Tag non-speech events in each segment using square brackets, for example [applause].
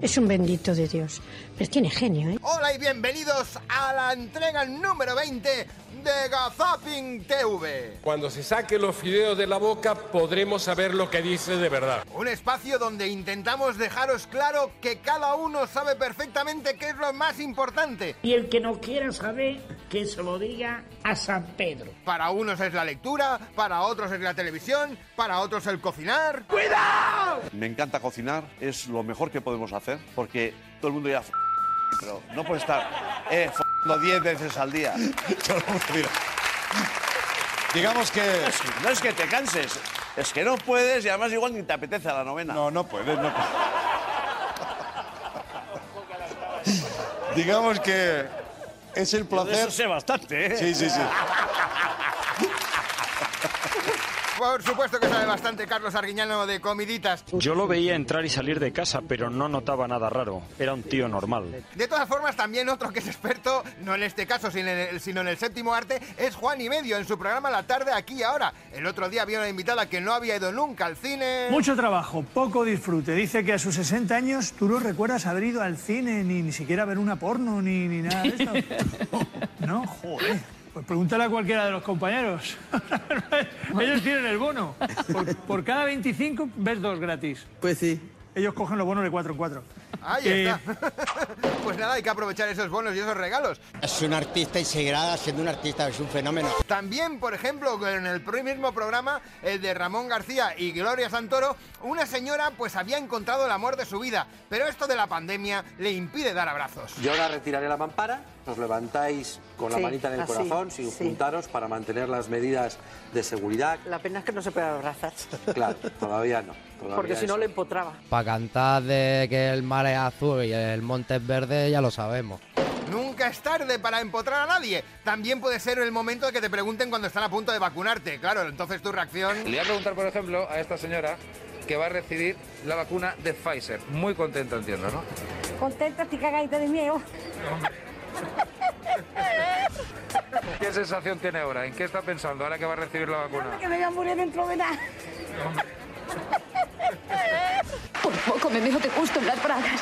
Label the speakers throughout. Speaker 1: Es un bendito de Dios. Pero tiene genio, ¿eh?
Speaker 2: Hola y bienvenidos a la entrega número 20 de Gazapin TV.
Speaker 3: Cuando se saque los fideos de la boca podremos saber lo que dice de verdad.
Speaker 2: Un espacio donde intentamos dejaros claro que cada uno sabe perfectamente qué es lo más importante.
Speaker 4: Y el que no quiera saber, que se lo diga a San Pedro.
Speaker 2: Para unos es la lectura, para otros es la televisión, para otros el cocinar.
Speaker 5: Me encanta cocinar, es lo mejor que podemos hacer, porque todo el mundo ya... f- Pero no puede estar eh, f***ando 10 veces al día.
Speaker 6: Todo el mundo mira. [laughs] Digamos que...
Speaker 5: No es que te canses, es que no puedes y además igual ni te apetece a la novena.
Speaker 6: No, no puedes, no puedes. [laughs] Digamos que es el
Speaker 5: Yo de eso
Speaker 6: placer...
Speaker 5: sé bastante, ¿eh?
Speaker 6: Sí, sí, sí.
Speaker 2: Por supuesto que sabe bastante Carlos Arguiñano de comiditas.
Speaker 7: Yo lo veía entrar y salir de casa, pero no notaba nada raro. Era un tío normal.
Speaker 2: De todas formas, también otro que es experto, no en este caso, sino en el, sino en el séptimo arte, es Juan y Medio en su programa La Tarde aquí y ahora. El otro día había una invitada que no había ido nunca al cine.
Speaker 8: Mucho trabajo, poco disfrute. Dice que a sus 60 años tú no recuerdas haber ido al cine, ni, ni siquiera ver una porno, ni, ni nada de esto. No, joder. Pues pregúntale a cualquiera de los compañeros. [laughs] Ellos tienen el bono. Por, por cada 25 ves dos gratis.
Speaker 9: Pues sí.
Speaker 8: Ellos cogen los bonos de 4 en 4.
Speaker 2: Ahí
Speaker 8: Eh,
Speaker 2: está. [laughs] pues nada, hay que aprovechar esos bonos y esos regalos.
Speaker 9: Es un artista y seguirá siendo un artista, es un fenómeno.
Speaker 2: También, por ejemplo, en el pr- mismo programa, el de Ramón García y Gloria Santoro, una señora pues había encontrado el amor de su vida, pero esto de la pandemia le impide dar abrazos.
Speaker 10: Yo ahora retiraré la mampara, os levantáis con la
Speaker 1: Sí,
Speaker 10: manita en el
Speaker 1: así,
Speaker 10: corazón, sin
Speaker 1: sí.
Speaker 10: juntaros para mantener las medidas de seguridad.
Speaker 1: La pena es que no se puede abrazar,
Speaker 10: [laughs] Claro, todavía no. todavía
Speaker 1: porque si no
Speaker 10: eso.
Speaker 1: le empotraba.
Speaker 9: Para cantar de que el mar es azul y el monte es verde, ya lo sabemos.
Speaker 2: Nunca es tarde para empotrar a nadie. También puede ser el momento de que te pregunten cuando están a punto de vacunarte. Claro, entonces tu reacción...
Speaker 11: Le voy a preguntar, por ejemplo, a esta señora que va a recibir la vacuna de Pfizer. Muy contenta, entiendo, ¿no?
Speaker 1: Contenta y cagadita de miedo.
Speaker 11: ¿Qué sensación tiene ahora? ¿En qué está pensando ahora que va a recibir la vacuna?
Speaker 1: Que me voy a morir dentro de nada. Por poco me dejo que justo en las bragas.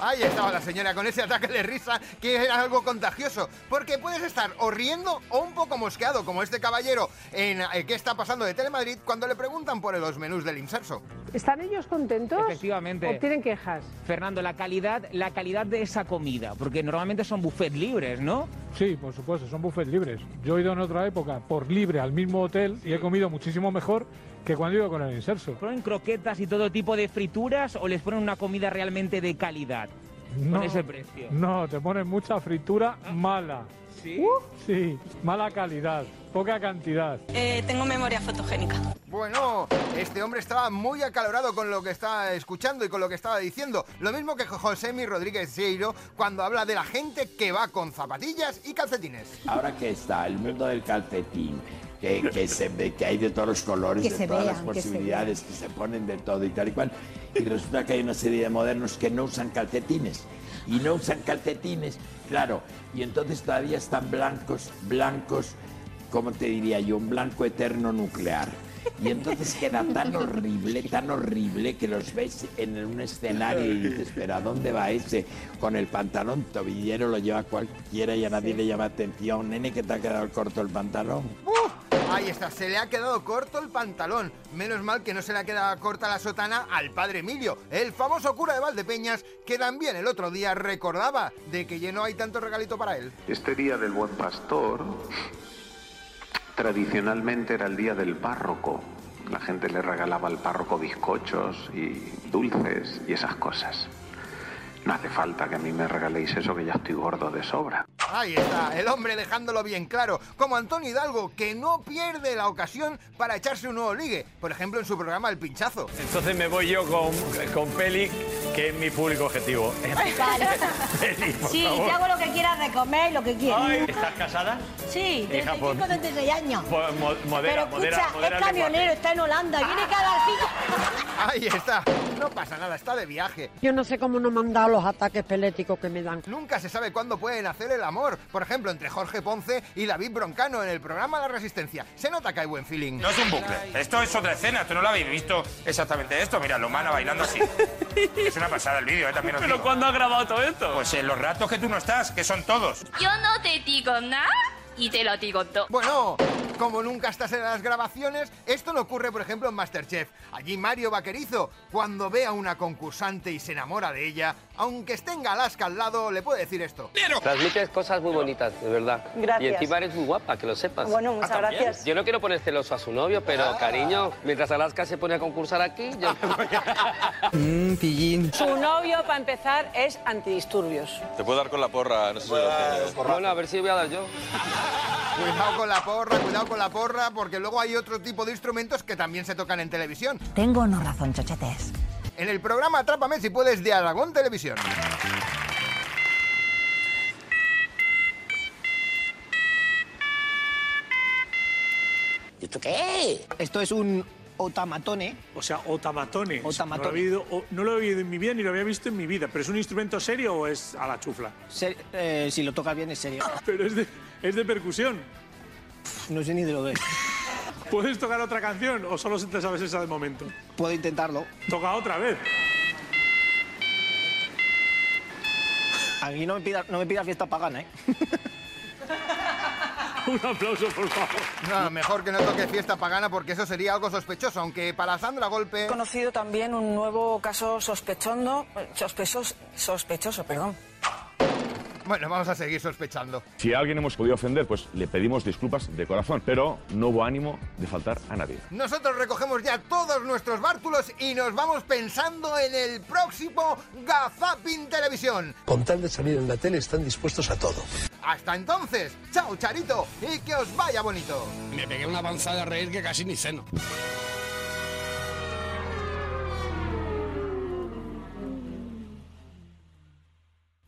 Speaker 2: Ahí estaba la señora con ese ataque de risa que era algo contagioso. Porque puedes estar o riendo o un poco mosqueado, como este caballero en eh, ¿Qué está pasando de Telemadrid? cuando le preguntan por los menús del inserso.
Speaker 1: ¿Están ellos contentos?
Speaker 11: Efectivamente.
Speaker 1: ¿O tienen quejas?
Speaker 11: Fernando, la calidad, la calidad de esa comida, porque normalmente son buffets libres, ¿no?
Speaker 8: Sí, por supuesto, son buffets libres. Yo he ido en otra época por libre al mismo hotel y he comido muchísimo mejor que cuando iba con el inserso.
Speaker 11: ¿Ponen croquetas y todo tipo de frituras o les ponen una comida realmente de calidad? Con ese precio.
Speaker 8: No, te ponen mucha fritura mala.
Speaker 11: ¿Sí?
Speaker 8: Sí, mala calidad, poca cantidad.
Speaker 1: Eh, tengo memoria fotogénica.
Speaker 2: Bueno, este hombre estaba muy acalorado con lo que estaba escuchando y con lo que estaba diciendo. Lo mismo que José Mi Rodríguez Seiro cuando habla de la gente que va con zapatillas y calcetines.
Speaker 9: Ahora que está el mundo del calcetín, que, que se ve, que hay de todos los colores,
Speaker 1: Que
Speaker 9: de
Speaker 1: se
Speaker 9: todas
Speaker 1: vean,
Speaker 9: las
Speaker 1: que se
Speaker 9: posibilidades, que se ponen de todo y tal y cual, y resulta que hay una serie de modernos que no usan calcetines, y no usan calcetines, claro, y entonces todavía están blancos, blancos, ¿cómo te diría yo? Un blanco eterno nuclear. Y entonces queda tan horrible, tan horrible que los ves en un escenario y dices, pero ¿a dónde va ese? Con el pantalón tobillero lo lleva cualquiera y a nadie le llama atención. Nene, que te ha quedado corto el pantalón.
Speaker 2: ¡Uf! Ahí está, se le ha quedado corto el pantalón. Menos mal que no se le ha quedado corta la sotana al padre Emilio, el famoso cura de Valdepeñas, que también el otro día recordaba de que ya no hay tanto regalito para él.
Speaker 5: Este día del buen pastor tradicionalmente era el día del párroco. La gente le regalaba al párroco bizcochos y dulces y esas cosas. No hace falta que a mí me regaléis eso que ya estoy gordo de sobra.
Speaker 2: Ahí está, el hombre dejándolo bien claro, como Antonio Hidalgo, que no pierde la ocasión para echarse un nuevo ligue, por ejemplo en su programa El Pinchazo.
Speaker 5: Entonces me voy yo con, con Peli
Speaker 12: que es mi público objetivo. [laughs] Eli, por
Speaker 1: Sí,
Speaker 12: favor.
Speaker 1: te hago lo que quieras de comer, lo que quieras.
Speaker 12: Ay, ¿Estás casada?
Speaker 1: Sí,
Speaker 12: En
Speaker 1: desde
Speaker 12: Japón.
Speaker 1: Chico, desde 6 años.
Speaker 12: Pues mo- modera,
Speaker 1: Pero
Speaker 12: modera,
Speaker 1: escucha,
Speaker 12: modera
Speaker 1: es
Speaker 12: el lenguaje. Ah.
Speaker 1: camionero, está en Holanda, viene cada día.
Speaker 2: Ahí está. No pasa nada, está de viaje.
Speaker 13: Yo no sé cómo no me han dado los ataques peléticos que me dan.
Speaker 2: Nunca se sabe cuándo pueden hacer el amor. Por ejemplo, entre Jorge Ponce y David Broncano en el programa La Resistencia. Se nota que hay buen feeling.
Speaker 5: No es un bucle. Esto es otra escena. Tú no lo habéis visto exactamente esto. Mira, Lomana bailando así. Es una pasada el vídeo, ¿eh? También os ¿Pero cuándo ha grabado todo esto? Pues en los ratos que tú no estás, que son todos.
Speaker 14: Yo no te digo nada y te lo digo todo.
Speaker 2: Bueno, como nunca estás en las grabaciones, esto no ocurre, por ejemplo, en Masterchef. Allí Mario Vaquerizo, cuando ve a una concursante y se enamora de ella, aunque esté en Alaska al lado, le puede decir esto.
Speaker 8: Transmites cosas muy bonitas, de verdad.
Speaker 2: Gracias.
Speaker 8: Y encima eres muy guapa, que lo sepas.
Speaker 2: Bueno, muchas
Speaker 8: Ah, ¿también? Ah.
Speaker 2: gracias.
Speaker 8: Yo no quiero poner celoso a su novio, pero cariño, mientras Alaska se pone a concursar aquí, yo me voy a...
Speaker 15: Mmm, pillín.
Speaker 16: Su novio, para empezar, es antidisturbios.
Speaker 17: Te puedo dar con la porra, no sé si lo tienes.
Speaker 8: Bueno, a ver si voy a dar yo.
Speaker 2: Cuidado con la porra, cuidado con la porra, porque luego hay otro tipo de instrumentos que también se tocan en televisión.
Speaker 18: Tengo no razón, chochetes.
Speaker 2: En el programa Atrápame si puedes de Aragón Televisión.
Speaker 19: ¿Esto qué? Esto es un otamatone.
Speaker 9: O sea, otamatones.
Speaker 19: Otamatone.
Speaker 9: No, lo he oído- o- no lo he oído en mi vida ni lo había visto en mi vida. ¿Pero es un instrumento serio o es a la chufla? [laughs]
Speaker 19: Se- eh, si lo tocas bien, es serio.
Speaker 9: Pero es de, es de percusión.
Speaker 19: No sé ni de lo que es.
Speaker 9: [laughs] ¿Puedes tocar otra canción o solo te sabes esa de momento?
Speaker 19: Puedo intentarlo.
Speaker 9: Toca otra vez.
Speaker 19: Aquí no me pidas no me pidas fiesta pagana, ¿eh?
Speaker 9: Un aplauso, por favor.
Speaker 2: No, mejor que no toque fiesta pagana porque eso sería algo sospechoso, aunque para Sandra Golpe...
Speaker 16: He conocido también un nuevo caso sospechoso, sospechoso, sospechoso, perdón.
Speaker 2: Bueno, vamos a seguir sospechando.
Speaker 20: Si a alguien hemos podido ofender, pues le pedimos disculpas de corazón, pero no hubo ánimo de faltar a nadie.
Speaker 2: Nosotros recogemos ya todos nuestros bártulos y nos vamos pensando en el próximo Gazapin Televisión.
Speaker 21: Con tal de salir en la tele están dispuestos a todo.
Speaker 2: Hasta entonces, chao Charito y que os vaya bonito.
Speaker 11: Me pegué una avanzada a reír que casi ni ceno.